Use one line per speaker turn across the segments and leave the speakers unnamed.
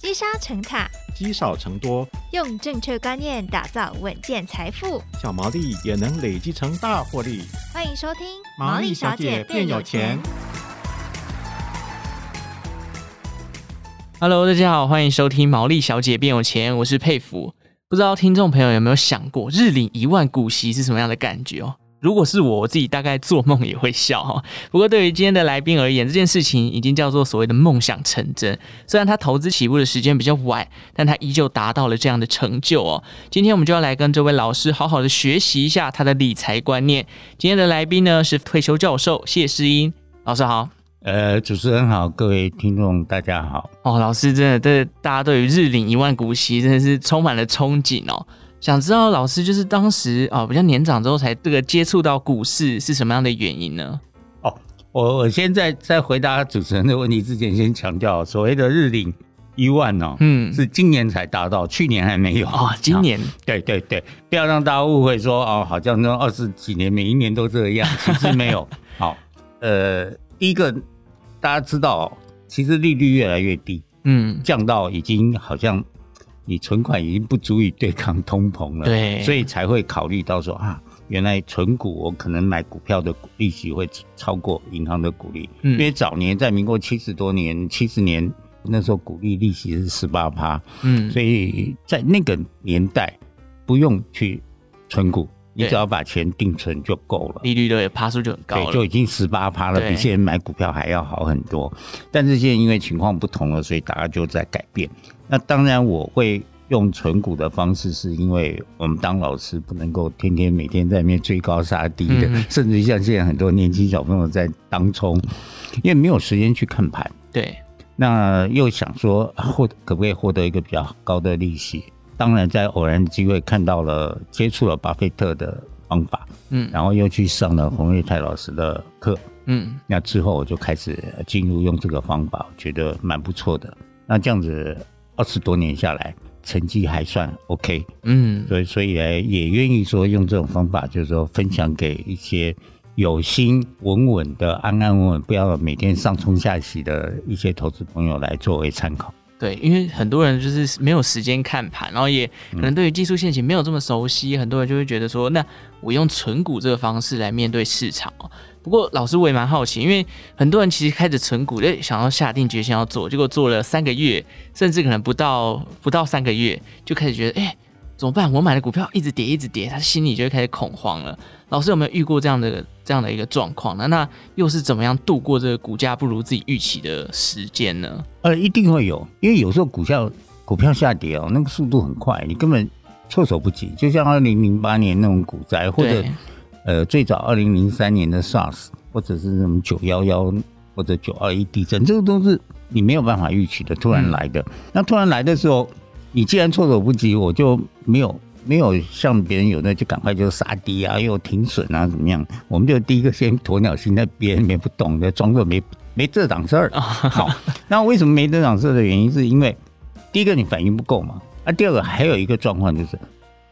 积沙成塔，
积少成多，
用正确观念打造稳健财富。
小毛利也能累积成大获利。
欢迎收听《
毛利小姐变有钱》。
Hello，大家好，欢迎收听《毛利小姐变有钱》，我是佩服。不知道听众朋友有没有想过，日领一万股息是什么样的感觉哦？如果是我，我自己大概做梦也会笑哈、哦。不过对于今天的来宾而言，这件事情已经叫做所谓的梦想成真。虽然他投资起步的时间比较晚，但他依旧达到了这样的成就哦。今天我们就要来跟这位老师好好的学习一下他的理财观念。今天的来宾呢是退休教授谢世英老师好。
呃，主持人好，各位听众大家好。
哦，老师真的，对大家对于日领一万股息真的是充满了憧憬哦。想知道老师就是当时哦比较年长之后才这个接触到股市是什么样的原因呢？
我我现在在回答主持人的问题之前，先强调，所谓的日领一万哦，
嗯，
是今年才达到，去年还没有
哦，
啊
今、年
对对对，不要让大家误会说哦，好像那二十几年每一年都这 样，其实没有。好，呃，第一个大家知道、哦，其实利率越来越低，
嗯
降到已经好像你存款已经不足以对抗通膨了，
对
所以才会考虑到说啊，原来存股我可能买股票的利息会超过银行的股利，
嗯
因为早年在民国七十多年、七十年那时候股利利息是十八趴，
嗯
所以在那个年代不用去存股，你
对
只要把钱定存就够了。
利率的爬数就很高
对，
了，
就已经十八趴了，
对
比现在买股票还要好很多。但是现在因为情况不同了，所以大家就在改变。那当然，我会用存股的方式，是因为我们当老师不能够天天每天在那边追高杀低的，
嗯
甚至像现在很多年轻小朋友在当冲，因为没有时间去看盘。
对
那又想说啊获可不可以获得一个比较高的利息？当然，在偶然机会看到了接触了巴菲特的方法，
嗯
然后又去上了洪瑞泰老师的课，
嗯
那之后我就开始呃进入用这个方法，我觉得蛮不错的。那这样子二十多年下来，成绩还算 OK，
嗯
所以所以呢也愿意说用这种方法，就是说分享给一些有心稳稳的、安安稳稳，不要每天上冲下洗的一些投资朋友来作为参考。
对，因为很多人就是没有时间看盘，然后也可
嗯
能对于技术陷阱没有这么熟悉，很多人就会觉得说，那我用存股这个方式来面对市场哦。不过老师我也蛮好奇，因为很多人其实开始存股，哎，想要下定决心要做，结果做了三个月，甚至可能不到不到三个月，就开始觉得，哎，怎么办？我买的股票一直跌，一直跌，他心里就会开始恐慌了。老师有没有遇过这样的这样的一个状况呢？那又是怎么样度过这个股价不如自己预期的时间呢？
呃，一定会有，因为有时候股票股票下跌哦，那个速度很快，你根本措手不及。就像二零零八年那种股灾，或者
对
呃最早二零零三年的 SARS，或者是什么九幺幺或者九二一地震，这个都是你没有办法预期的，突然
嗯
来的。那突然来的时候，你既然措手不及，我就没有。没有像别人有的就赶快就杀低啊，又停损啊，怎么样？我们就第一个先鸵鸟心态，别人也不懂的，装作没没这档事儿。好，那为什么没登场色的原因，是因为第一个你反应不够嘛，啊，第二个还有一个状况就是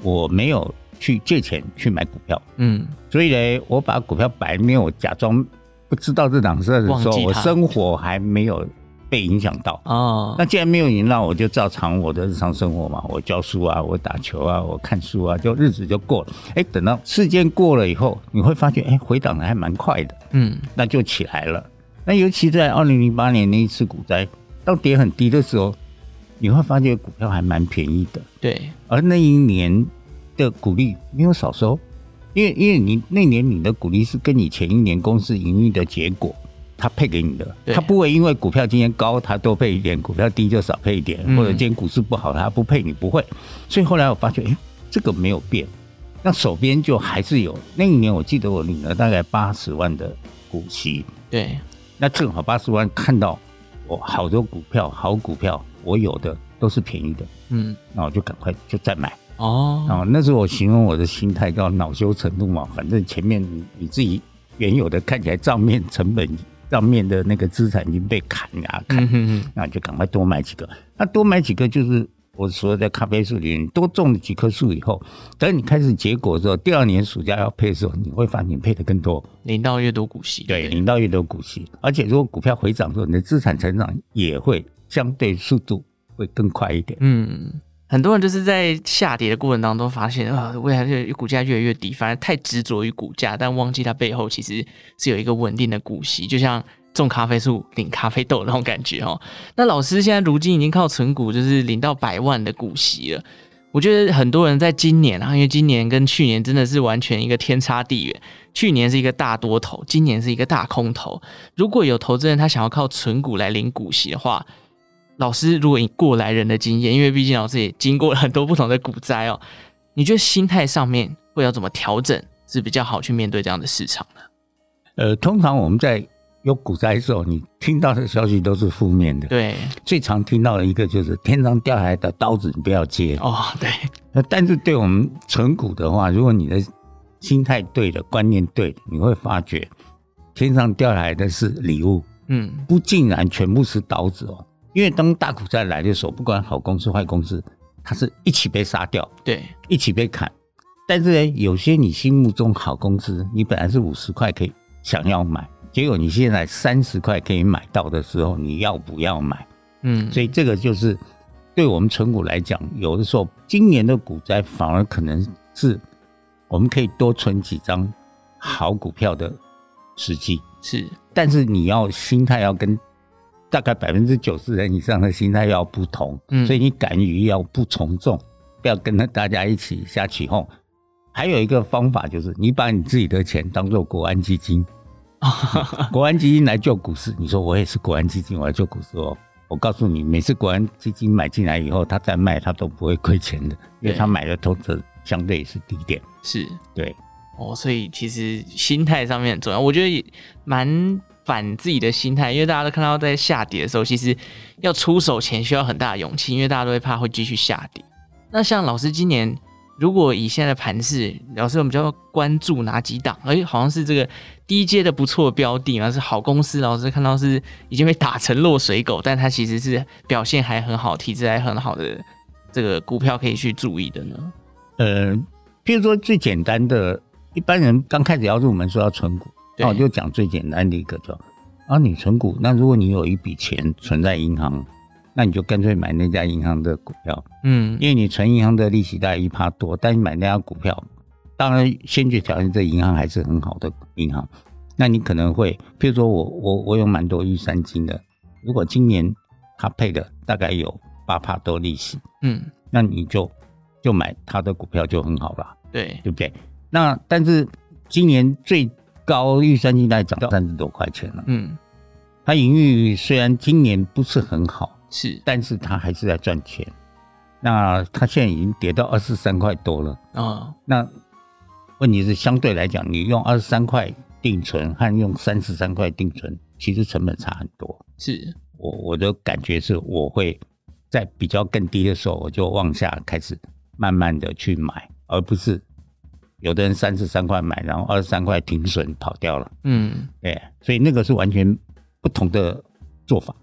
我没有去借钱去买股票，
嗯。
所以呢，我把股票摆没有假装不知道这档事的时
忘
候，
记它
我生活还没有被影响到。
哦，
那既然没有赢到，我就照常我的日常生活嘛，我教书啊，我打球啊，我看书啊，就日子就过了。哎，等到事件过了以后，你会发现，哎，回档的还蛮快的。
嗯
那就起来了。那尤其在二零零八年那一次股灾，到跌很低的时候，你会发现股票还蛮便宜的，，
对，
而那一年的股利没有少收，因为因为你那年你的股利是跟你前一年公司盈利的结果。他配给你的，
对
他不会因为股票今天高，他多配一点；股票低就少配一点，
嗯
或者今天股市不好，他不配你不会。所以后来我发觉，哎、这个没有变，那手边就还是有。那一年我记得我领了大概八十万的股息，
对，
那正好八十万看到我好多股票，好股票，我有的都是便宜的，
嗯，
那我就赶快就再买。
哦，
啊、那时候我形容我的心态叫恼羞成怒嘛，反正前面你你自己原有的看起来账面成本、账面的那个资产已经被砍啊砍，
嗯哼哼，
那你就赶快多买几个。那多买几个就是我所有在咖啡树里面，你多种了几棵树以后，等你开始结果之后，第二年暑假要配的时候，你会发现你配的更多。
领到越多股息，
对，领到越多股息，而且如果股票回涨之后，你的资产成长也会相对速度会更快一点。
嗯，很多人就是在下跌的过程当中发现啊，未来这股价越来越低，反而太执着于股价，但忘记它背后其实是有一个稳定的股息，就像。种咖啡树领咖啡豆那种感觉哦。那老师现在如今已经靠存股，就是领到百万的股息了。我觉得很多人在今年啊，因为今年跟去年真的是完全一个天差地远。去年是一个大多头，今年是一个大空头。如果有投资人他想要靠存股来领股息的话，老师如果以过来人的经验，因为毕竟老师也经过了很多不同的股灾哦，你觉得心态上面会要怎么调整是比较好去面对这样的市场呢？
呃，通常我们在有股灾的时候，你听到的消息都是负面的。
对，
最常听到的一个就是天上掉下来的刀子，你不要接。
哦，对，
那但是对我们存股的话，如果你的心态对了，观念对了，你会发觉天上掉下来的是礼物，
嗯，
不竟然全部是刀子哦。因为当大股灾来的时候，不管好公司坏公司，它是一起被杀掉，
对，
一起被砍。但是呢，有些你心目中好公司，你本来是五十块可以想要买，结果你现在三十块可以买到的时候，你要不要买？
嗯，
所以这个就是对我们存股来讲，有的时候今年的股灾反而可能是我们可以多存几张好股票的时机，
是，
但是你要心态要跟大概百分之九十人以上的心态要不同，
嗯
所以你敢于要不从众，不要跟着大家一起下起哄。还有一个方法就是，你把你自己的钱当做国安 基金，国安基金来救股市。你说我也是国安基金，我来救股市哦。我告诉你，每次国安基金买进来以后，他再卖，他都不会亏钱的，因
对
为他买的投资相对是低点。
是，
对，
哦，所以其实心态上面很重要，我觉得也蛮反自己的心态，因为大家都看到在下跌的时候，其实要出手前需要很大的勇气，因为大家都会怕会继续下跌。那像老师今年，如果以现在的盘势，老师我们比较关注哪几档？哎，好像是这个低阶的不错的标的，然后是好公司，老师看到是已经被打成落水狗，但它其实是表现还很好，体质还很好的这个股票可以去注意的呢。
呃，譬如说最简单的，一般人刚开始要入门说要存股，
对
那我就讲最简单的一个就，啊，你存股，那如果你有一笔钱存在银行，那你就干脆买那家银行的股票，
嗯，
因为你存银行的利息大概一趴多，但你买那家股票，当然先决条件这银行还是很好的银行，那你可能会，譬如说我我我有蛮多玉山金的，如果今年它配的大概有八趴多利息，
嗯，
那你就就买它的股票就很好啦。
对，
对不对？那但是今年最高玉山金大概涨到三十多块钱了。
嗯，
它盈余虽然今年不是很好，
是
但是它还是在赚钱。那它现在已经跌到二十三块多了。
啊。
那问题是，相对来讲，你用二十三块定存和用三十三块定存，其实成本差很多。
是，
我我的感觉是，我会在比较更低的时候，我就往下开始慢慢的去买，而不是有的人三十三块买，然后二十三块停损跑掉了。
嗯，
对，所以那个是完全不同的做法。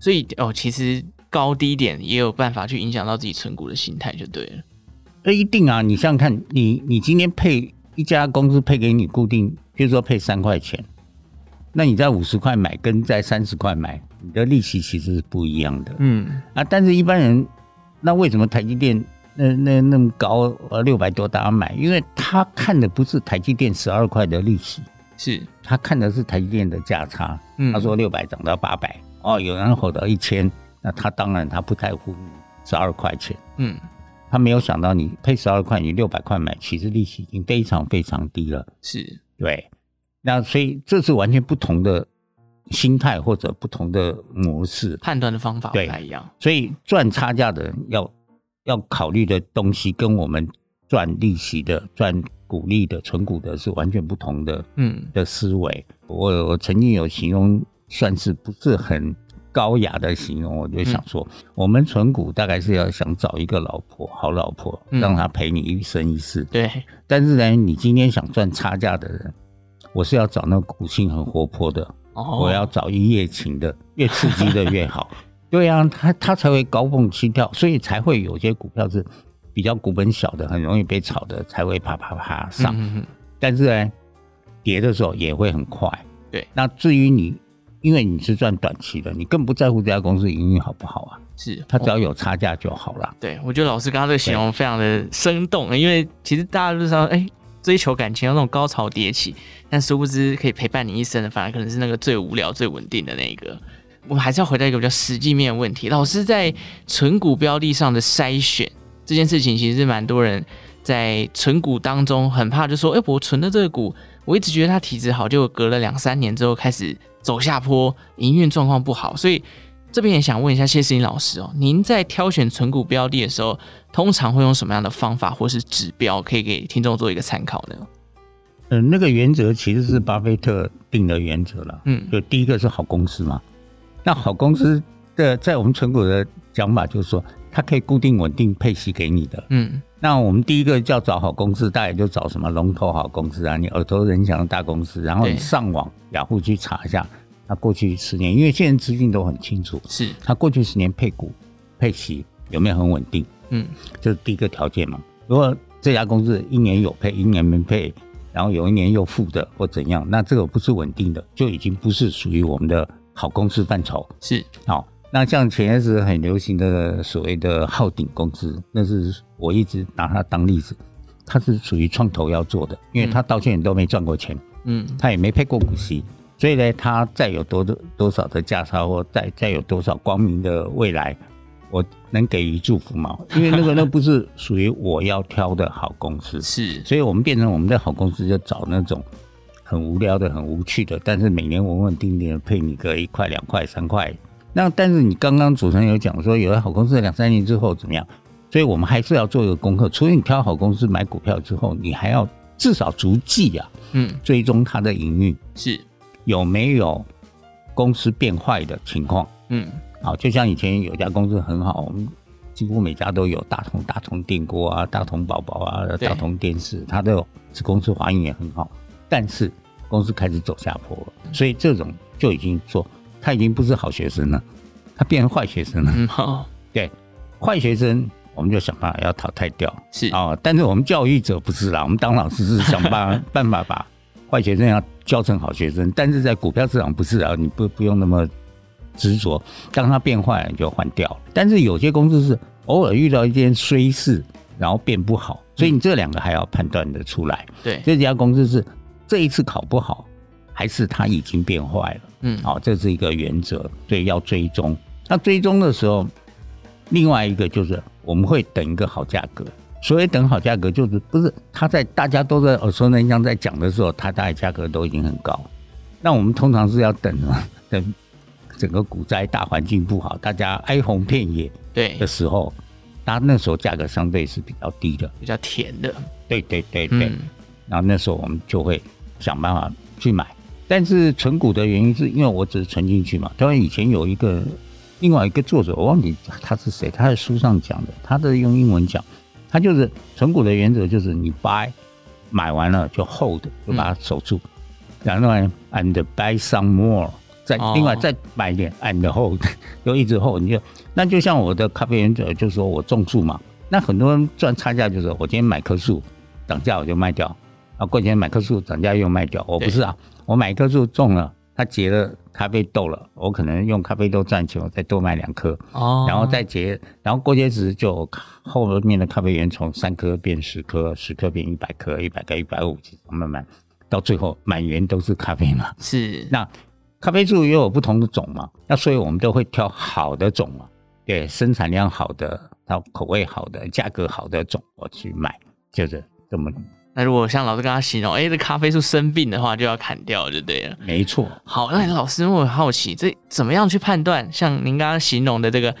所以哦，其实高低点也有办法去影响到自己存股的心态，就对了。
那一定啊，你想想看，你你今天配一家公司配给你固定，比如说配三块钱，那你在五十块买跟在三十块买，你的利息其实是不一样的。
嗯，
啊，但是一般人，那为什么台积电那那那么高呃六百多大家买？因为他看的不是台积电十二块的利息，
是，
他看的是台积电的价差。
嗯，
他说六百涨到八百，哦，有人吼到一千，那他当然他不在乎十二块钱，
嗯，
他没有想到你配十二块，你六百块买，其实利息已经非常非常低了。
是，
对，那所以这是完全不同的心态或者不同的模式。
判断的方法不
对
太一样。
所以赚差价的人要要考虑的东西，跟我们赚利息的、赚股利的、存股的是完全不同的
嗯，
的思维。我我曾经有形容，算是不是很高雅的形容，我就想说，我们存股大概是要想找一个老婆，好老婆，
嗯
让她陪你一生一世。
对，
但是呢，你今天想赚差价的人，我是要找那股性很活泼的，
哦，
我要找一夜情 的，越刺激的越好。对啊，它它才会高蹦起跳，所以才会有些股票是比较股本小的，很容易被炒的，才会啪啪啪上。
嗯嗯嗯
但是呢，跌的时候也会很快。
对
那至于你因为你是赚短期的，你更不在乎这家公司营运好不好啊，
是
它只要有差价就好了。
对，我觉得老师刚刚这个形容非常的生动，因为其实大家都知道，哎、追求感情要那种高潮迭起，但殊不知可以陪伴你一生的，反而可能是那个最无聊、最稳定的那一个。我们还是要回到一个比较实际面的问题，老师在存股标的上的筛选这件事情，其实是蛮多人在存股当中很怕，就说，哎、我存的这个股，我一直觉得它体质好，结果隔了两三年之后开始走下坡，营运状况不好，所以这边也想问一下谢世英老师哦，您在挑选存股标的的时候，通常会用什么样的方法或是指标，可以给听众做一个参考呢？
嗯、那个原则其实是巴菲特定的原则了。
嗯，
就第一个是好公司嘛，那好公司的在我们存股的讲法就是说，它可以固定稳定配息给你的。
嗯，
那我们第一个叫找好公司，大家就找什么龙头好公司啊，你耳熟能详的大公司，然后
对
你上网雅虎去查一下，它过去十年，因为现在资讯都很清楚，
是，
它过去十年配股配息有没有很稳定，
嗯，
这是第一个条件嘛。如果这家公司一年有配，一年没配，然后有一年又负的或怎样，那这个不是稳定的，就已经不是属于我们的好公司范畴。
是，
好，那像前一阵子很流行的所谓的昊鼎公司，那是我一直拿它当例子，它是属于创投要做的，因为它到现在都没赚过钱，
嗯，
它也没配过股息，所以呢，它再有多多多少的价差或再再有多少光明的未来，我能给予祝福吗？ 因为那个那不是属于我要挑的好公司，
是，
所以我们变成我们的好公司就找那种很无聊的、很无趣的，但是每年稳稳定定的配你个一块、两块、三块。那但是你刚刚主持人有讲说，有的好公司两三年之后怎么样？所以我们还是要做一个功课，除了你挑好公司买股票之后，你还要至少逐季啊
嗯，
追踪它的营运
是，
有没有公司变坏的情况。
嗯，
好，就像以前有一家公司很好，我们几乎每家都有大同、大同电锅啊、大同宝宝啊、
对
大同电视，它都有子公司华映也很好，但是公司开始走下坡了，所以这种就已经说他已经不是好学生了，他变成坏学生了。
嗯，好，
对，坏学生我们就想办法要淘汰掉
是，
啊、哦但是我们教育者不是啦，我们当老师是想办办法把坏学生要教成好学生，但是在股票市场不是啊，你不不用那么执着，当它变坏你就换掉。但是有些公司是偶尔遇到一件衰事，然后变不好，所以你这两个还要判断的出来，
对，
这家公司是这一次考不好，还是它已经变坏了。
嗯，
好、这是一个原则，所以要追踪。那追踪的时候，另外一个就是我们会等一个好价格。所谓等好价格，就是不是它在大家都在呃耳熟能详在讲的时候，它大概价格都已经很高。那我们通常是要等什么？等整个股灾大环境不好，大家哀鸿遍野
对
的，时候，它那时候价格相对是比较低的。
比较甜的，
对对对对。
嗯，
然后那时候我们就会想办法去买。但是存股的原因是因为我只是存进去嘛。当然以前有一个另外一个作者，我忘记他是谁，他在书上讲的，他的用英文讲，他就是存股的原则就是你 buy 买完了就 hold 就把它守住，然后呢 and buy some more。再
哦
另外再买一点，and hold，就一直 hold，你就那就像我的咖啡原则，就是说我种树嘛，那很多人赚差价就是我今天买棵树，涨价我就卖掉，啊，过几天买棵树涨价又卖掉。我
对
不是啊，我买一棵树种了，它结了咖啡豆了，我可能用咖啡豆赚钱，我再多买两颗，
哦，
然后再结，然后过些时就后面的咖啡园从三颗变十颗，十颗变一百颗，一百颗一百五十，慢慢到最后满园都是咖啡嘛。
是，
那咖啡树也有不同的种嘛，那所以我们都会挑好的种嘛，对，生产量好的，然后口味好的，价格好的种我去买，就是这么
那如果像老师刚刚形容，哎、这咖啡树生病的话，就要砍掉就对了。
没错。
好，那老师我很好奇，这怎么样去判断？像您刚刚形容的这个，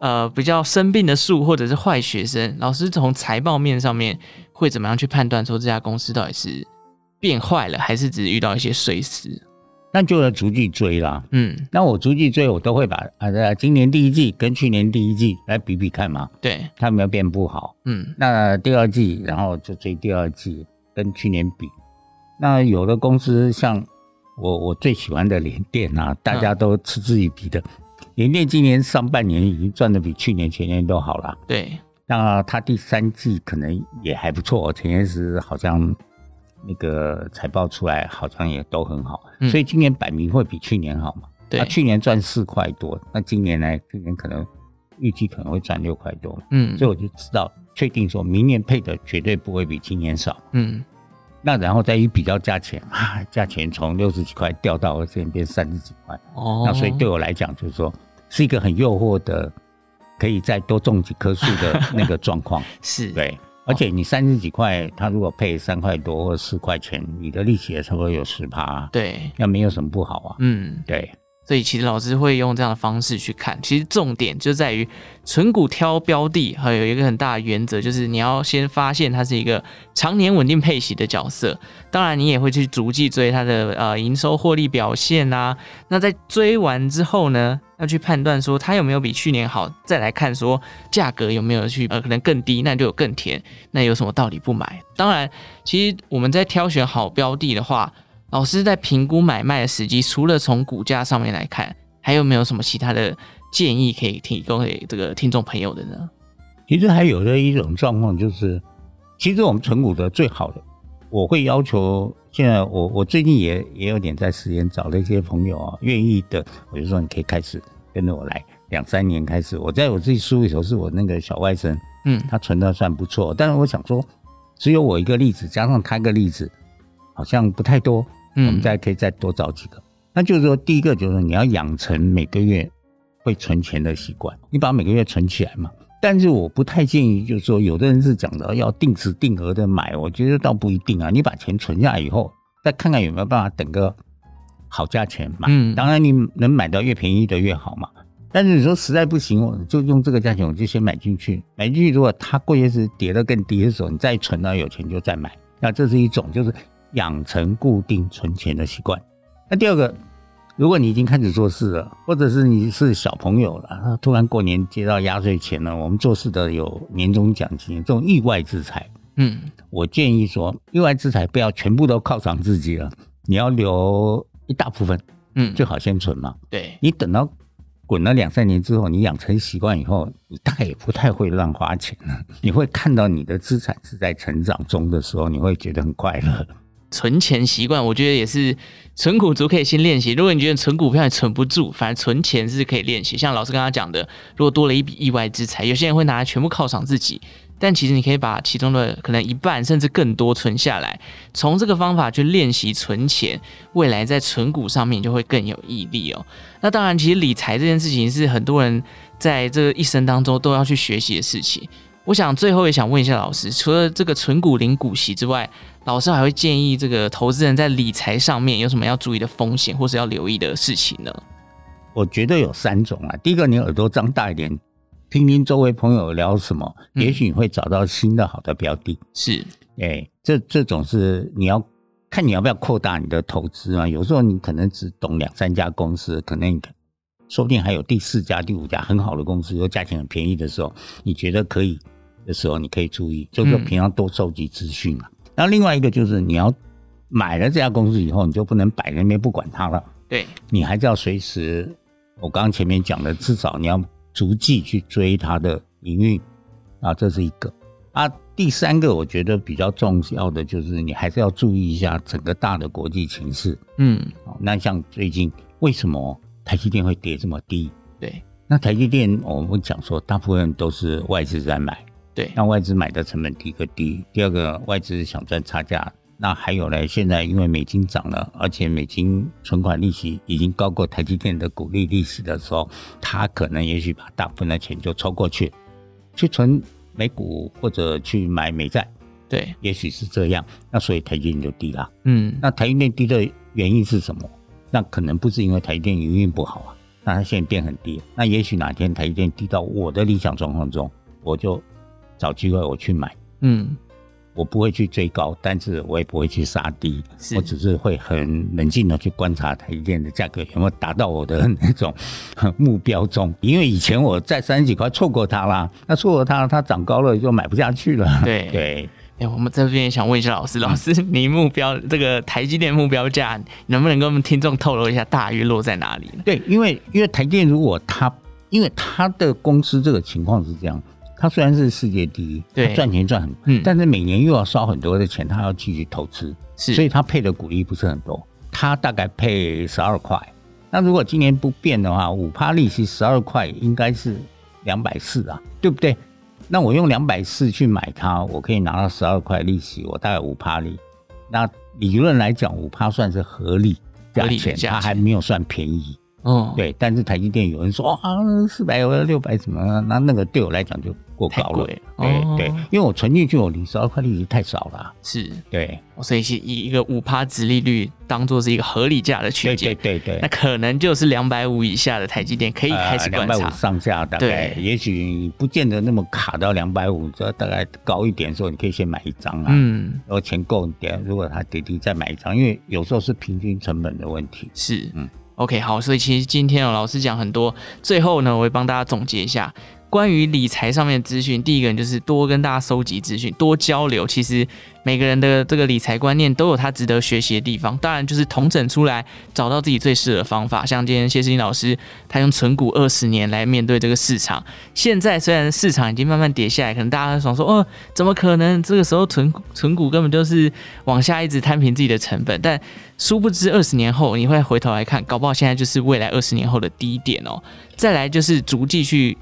呃，比较生病的树或者是坏学生，老师从财报面上面会怎么样去判断说这家公司到底是变坏了，还是只是遇到一些碎事？
那就要逐季追啦。
嗯，
那我逐季追，我都会把啊，呃今年第一季跟去年第一季来比比看嘛，
对，
它有没有变不好？
嗯，
那第二季，然后就追第二季跟去年比。那有的公司像我我最喜欢的联电
嗯
啊，大家都嗤之以鼻的。联电今年上半年已经赚的比去年前年都好了，
对，
那它第三季可能也还不错，前些时好像那个财报出来好像也都很好，
嗯
所以今年摆明会比去年好嘛。
对
他，啊去年赚四块多，那今年呢？今年可能预计可能会赚六块多嘛，
嗯
所以我就知道确定说明年配的绝对不会比今年少。
嗯
那然后再一比较价钱啊，价钱从六十几块掉到现在变三十几块，
哦，
那所以对我来讲就是说是一个很诱惑的，可以再多种几棵树的那个状 况。
是，
对，而且你三十几块，它如果配三块多或四块钱，你的利息也差不多有十趴、啊，
对，
那没有什么不好啊。
嗯，
对，
所以其实老师会用这样的方式去看，其实重点就在于存股挑标的，还有一个很大的原则，就是你要先发现它是一个常年稳定配息的角色。当然，你也会去逐季追它的呃营收获利表现啊。那在追完之后呢，要去判断说它有没有比去年好，再来看说价格有没有去呃可能更低，那就有更甜，那有什么道理不买？当然，其实我们在挑选好标的的话，老师在评估买卖的时机，除了从股价上面来看，还有没有什么其他的建议可以提供给这个听众朋友的呢？
其实还有的一种状况就是，其实我们存股的最好的，我会要求现在我我最近也也有点在时间找了一些朋友啊，愿意的，我就说你可以开始跟着我来，两三年开始，我在我自己输的时候是我那个小外甥，
嗯，
他存的算不错，但是我想说，只有我一个例子，加上他一个例子，好像不太多，我
嗯
们再可以再多找几个。那就是说，第一个就是你要养成每个月会存钱的习惯，你把每个月存起来嘛。但是我不太建议，就是说，有的人是讲的要定时定额的买，我觉得倒不一定啊。你把钱存下来以后，再看看有没有办法等个好价钱买。
嗯
当然你能买到越便宜的越好嘛。但是你说实在不行，我就用这个价钱，我就先买进去。买进去，如果它过些时跌得更低的时候，你再存到有钱就再买。那这是一种就是养成固定存钱的习惯。那第二个，如果你已经开始做事了，或者是你是小朋友了，啊突然过年接到压岁钱了，我们做事的有年终奖金，这种意外之财，
嗯，
我建议说，意外之财不要全部都犒赏自己了，你要留一大部分，
嗯，
最好先存嘛。
对，
你等到滚了两三年之后，你养成习惯以后，你大概也不太会乱花钱了。你会看到你的资产是在成长中的时候，你会觉得很快乐。
存钱习惯，我觉得也是存股族可以先练习。如果你觉得存股票也存不住，反正存钱是可以练习。像老师刚刚讲的，如果多了一笔意外之财，有些人会拿来全部犒赏自己，但其实你可以把其中的可能一半甚至更多存下来，从这个方法去练习存钱，未来在存股上面就会更有毅力哦。那当然，其实理财这件事情是很多人在这一生当中都要去学习的事情。我想最后也想问一下老师，除了这个存股零股息之外，老师还会建议这个投资人在理财上面有什么要注意的风险，或是要留意的事情呢？
我觉得有三种啊，第一个，你耳朵张大一点，听听周围朋友聊什么，
嗯
也许你会找到新的好的标的。
是，
哎、这这种是你要看你要不要扩大你的投资啊。有时候你可能只懂两三家公司，可能你说不定还有第四家、第五家很好的公司，又价钱很便宜的时候，你觉得可以的时候，你可以注意，就是说
嗯
平常多收集资讯啊。然后另外一个就是你要买了这家公司以后，你就不能摆在那边不管它了。
对，
你还是要随时，我刚刚前面讲的，至少你要逐季去追它的营运啊，这是一个啊。第三个，我觉得比较重要的就是你还是要注意一下整个大的国际情势。
嗯，
哦那像最近为什么台积电会跌这么低？
对，
那台积电我们讲说，大部分都是外资在买，
对，
那外资买的成本第一个低，第二个外资想赚差价。那还有呢，现在因为美金涨了，而且美金存款利息已经高过台积电的股利利息的时候，他可能也许把大部分的钱就抽过去，去存美股或者去买美债，
对，
也许是这样。那所以台积电就低了。
嗯，
那台积电低的原因是什么？那可能不是因为台积电营运不好啊，那它现在变很低。那也许哪天台积电低到我的理想状况中，我就找机会我去买，
嗯，
我不会去追高，但是我也不会去杀低
是，
我只是会很冷静的去观察台积电的价格有没有达到我的那种 呵目标中。因为以前我在三十几块错过它啦，那错过它，它涨高了就买不下去了。
对
对，嗯
哎、我们这边也想问一下老师，老师， 你目标这个台积电目标价，能不能跟我们听众透露一下，大约落在哪里呢？
对，因为因为台电如果它，因为它的公司这个情况是这样，它虽然是世界第一，
对
它赚钱赚很多，
嗯
但是每年又要烧很多的钱，它要继续投资，
是，
所以它配的股利不是很多，它大概配十二块。那那如果今年不变的话，五趴利息十二块，应该是两百四啊，对不对？那我用两百四去买它，我可以拿到十二块利息，我大概五趴利。那理论来讲，五趴算是合理价
合理的
钱，
价
它还
钱
没有算便宜。
嗯，，
对，但是台积电有人说啊，四百六百什么，那那个对我来讲就过
太
高了。
贵，
对
哦
对，因为我存进去，我零十二块利息太少了啊。
是，
对
哦所以是以一个五趴值利率当做是一个合理价的区
对
间
对，对对呃
那，可能就是两百五以下的台积电可以开始
两
观
百
察
五，上下大概，
对
也许不见得那么卡到两百五，这大概高一点的时候，你可以先买一张啊。
嗯，
然后钱够一点，如果它跌低再买一张，因为有时候是平均成本的问题。
是，
嗯
OK，好，所以其实今天哦，老师讲很多，最后呢，我会帮大家总结一下关于理财上面的资讯。第一个呢就是多跟大家收集资讯，多交流。其实每个人的这个理财观念都有他值得学习的地方，当然就是统整出来，找到自己最适合的方法。像今天谢世英老师，他用存股二十年来面对这个市场。现在虽然市场已经慢慢跌下来，可能大家想说，哦，怎么可能？这个时候存存股根本就是往下一直摊平自己的成本，但殊不知，二十年后你会回头来看，搞不好现在就是未来二十年后的低点哦。再来就是逐季去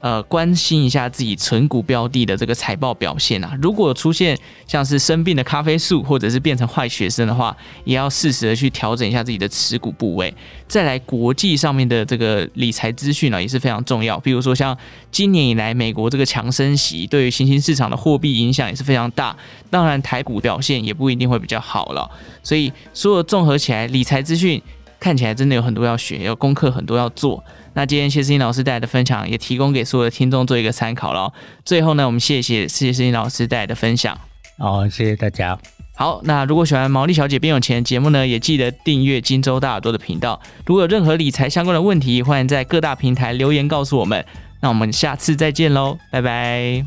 呃关心一下自己存股标的的这个财报表现啊。如果有出现像是生病的咖啡树，或者是变成坏学生的话，也要适时的去调整一下自己的持股部位。再来，国际上面的这个理财资讯呢、啊也是非常重要，比如说像今年以来美国这个强升息对于新兴市场的货币影响也是非常大，当然台股表现也不一定会比较好了。所以所有综合起来，理财资讯看起来真的有很多要学，有功课很多要做。那今天谢思英老师带来的分享，也提供给所有的听众做一个参考喽。最后呢，我们谢谢谢思英老师带来的分享。
哦，谢谢大家。
好，那如果喜欢《毛利小姐变有钱》的节目呢，也记得订阅荆州大耳朵的频道。如果有任何理财相关的问题，欢迎在各大平台留言告诉我们。那我们下次再见喽，拜拜。